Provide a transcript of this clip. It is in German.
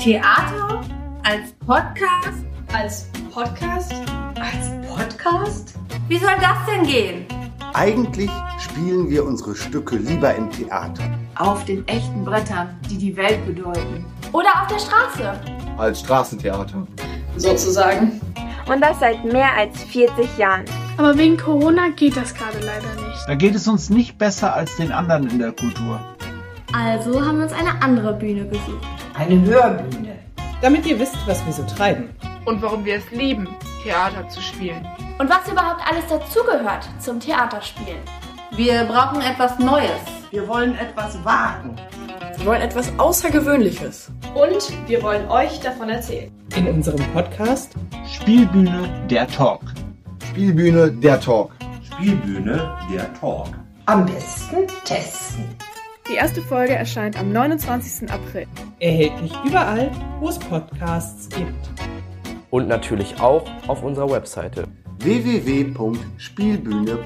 Theater als Podcast? Als Podcast? Als Podcast? Wie soll das denn gehen? Eigentlich spielen wir unsere Stücke lieber im Theater. Auf den echten Brettern, die die Welt bedeuten. Oder auf der Straße? Als Straßentheater. Sozusagen. Und das seit mehr als 40 Jahren. Aber wegen Corona geht das gerade leider nicht. Da geht es uns nicht besser als den anderen in der Kultur. Also haben wir uns eine andere Bühne gesucht. Eine Hörbühne. Damit ihr wisst, was wir so treiben. Und warum wir es lieben, Theater zu spielen. Und was überhaupt alles dazugehört zum Theaterspielen. Wir brauchen etwas Neues. Wir wollen etwas wagen. Wir wollen etwas Außergewöhnliches. Und wir wollen euch davon erzählen. In unserem Podcast Spielbühne der Talk. Spielbühne der Talk. Spielbühne der Talk. Am besten testen. Die erste Folge erscheint am 29. April. Erhältlich überall, wo es Podcasts gibt. Und natürlich auch auf unserer Webseite www.spielbühne.de.